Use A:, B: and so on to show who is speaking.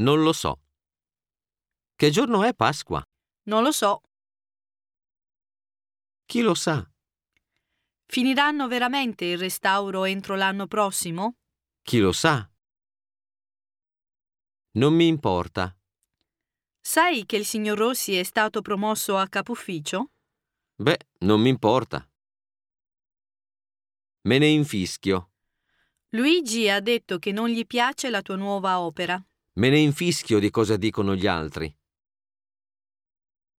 A: Non lo so. Che giorno è Pasqua?
B: Non lo so.
A: Chi lo sa?
B: Finiranno veramente il restauro entro l'anno prossimo?
A: Chi lo sa? Non mi importa.
B: Sai che il signor Rossi è stato promosso a capufficio?
A: Beh, non mi importa. Me ne infischio.
B: Luigi ha detto che non gli piace la tua nuova opera.
A: Me ne infischio di cosa dicono gli altri.